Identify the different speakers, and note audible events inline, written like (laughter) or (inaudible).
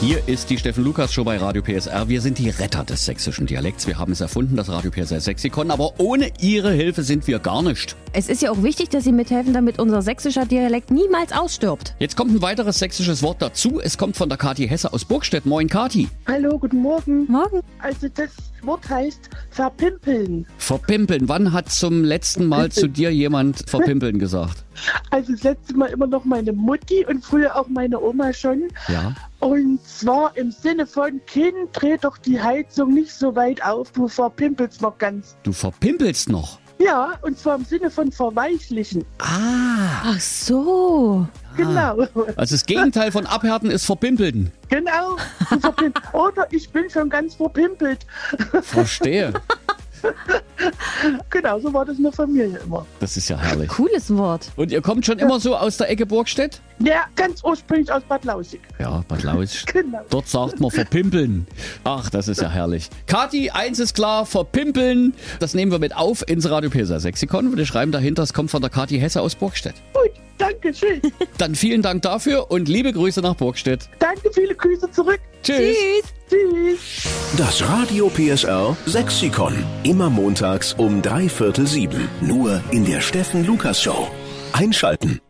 Speaker 1: Hier ist die Steffen Lukas Show bei Radio PSR. Wir sind die Retter des sächsischen Dialekts. Wir haben es erfunden, das Radio PSR Sexikon, aber ohne Ihre Hilfe sind wir gar nicht.
Speaker 2: Es ist ja auch wichtig, dass Sie mithelfen, damit unser sächsischer Dialekt niemals ausstirbt.
Speaker 1: Jetzt kommt ein weiteres sächsisches Wort dazu. Es kommt von der Kathi Hesse aus Burgstedt. Moin Kathi.
Speaker 3: Hallo, guten Morgen.
Speaker 2: Morgen.
Speaker 3: Also das Wort heißt verpimpeln.
Speaker 1: Verpimpeln. Wann hat zum letzten Mal zu dir jemand verpimpeln gesagt?
Speaker 3: Also das letzte Mal immer noch meine Mutti und früher auch meine Oma schon.
Speaker 1: Ja.
Speaker 3: Und zwar im Sinne von, Kind, dreh doch die Heizung nicht so weit auf, du verpimpelst noch ganz.
Speaker 1: Du verpimpelst noch.
Speaker 3: Ja, und zwar im Sinne von verweichlichen.
Speaker 1: Ah.
Speaker 2: Ach so.
Speaker 3: Genau, (laughs)
Speaker 1: Also das Gegenteil von abhärten ist verpimpeln.
Speaker 3: genau. Du verpim- Oder ich bin schon ganz verpimpelt.
Speaker 1: Verstehe.
Speaker 3: Genau, so war das in der Familie immer.
Speaker 1: Das ist ja herrlich.
Speaker 2: Cooles Wort.
Speaker 1: Und ihr kommt schon immer so aus der Ecke Burgstedt?
Speaker 3: Ja, ganz ursprünglich aus Bad Lausig.
Speaker 1: Ja, Bad Lauisch.
Speaker 3: Genau.
Speaker 1: Dort sagt man verpimpeln. Ach, das ist ja herrlich. Kathi, eins ist klar, verpimpeln. Das nehmen wir mit auf ins Radio Pesa Sexikon. Wir schreiben dahinter, es kommt von der Kathi Hesse aus Burgstedt.
Speaker 3: Gut, danke schön.
Speaker 1: Dann vielen Dank dafür und liebe Grüße nach Burgstedt.
Speaker 3: danke, viele Grüße zurück.
Speaker 1: Tschüss.
Speaker 3: Tschüss.
Speaker 4: Das Radio PSR Sexikon. Immer montags um drei Viertel sieben. Nur in der Steffen Lukas Show. Einschalten.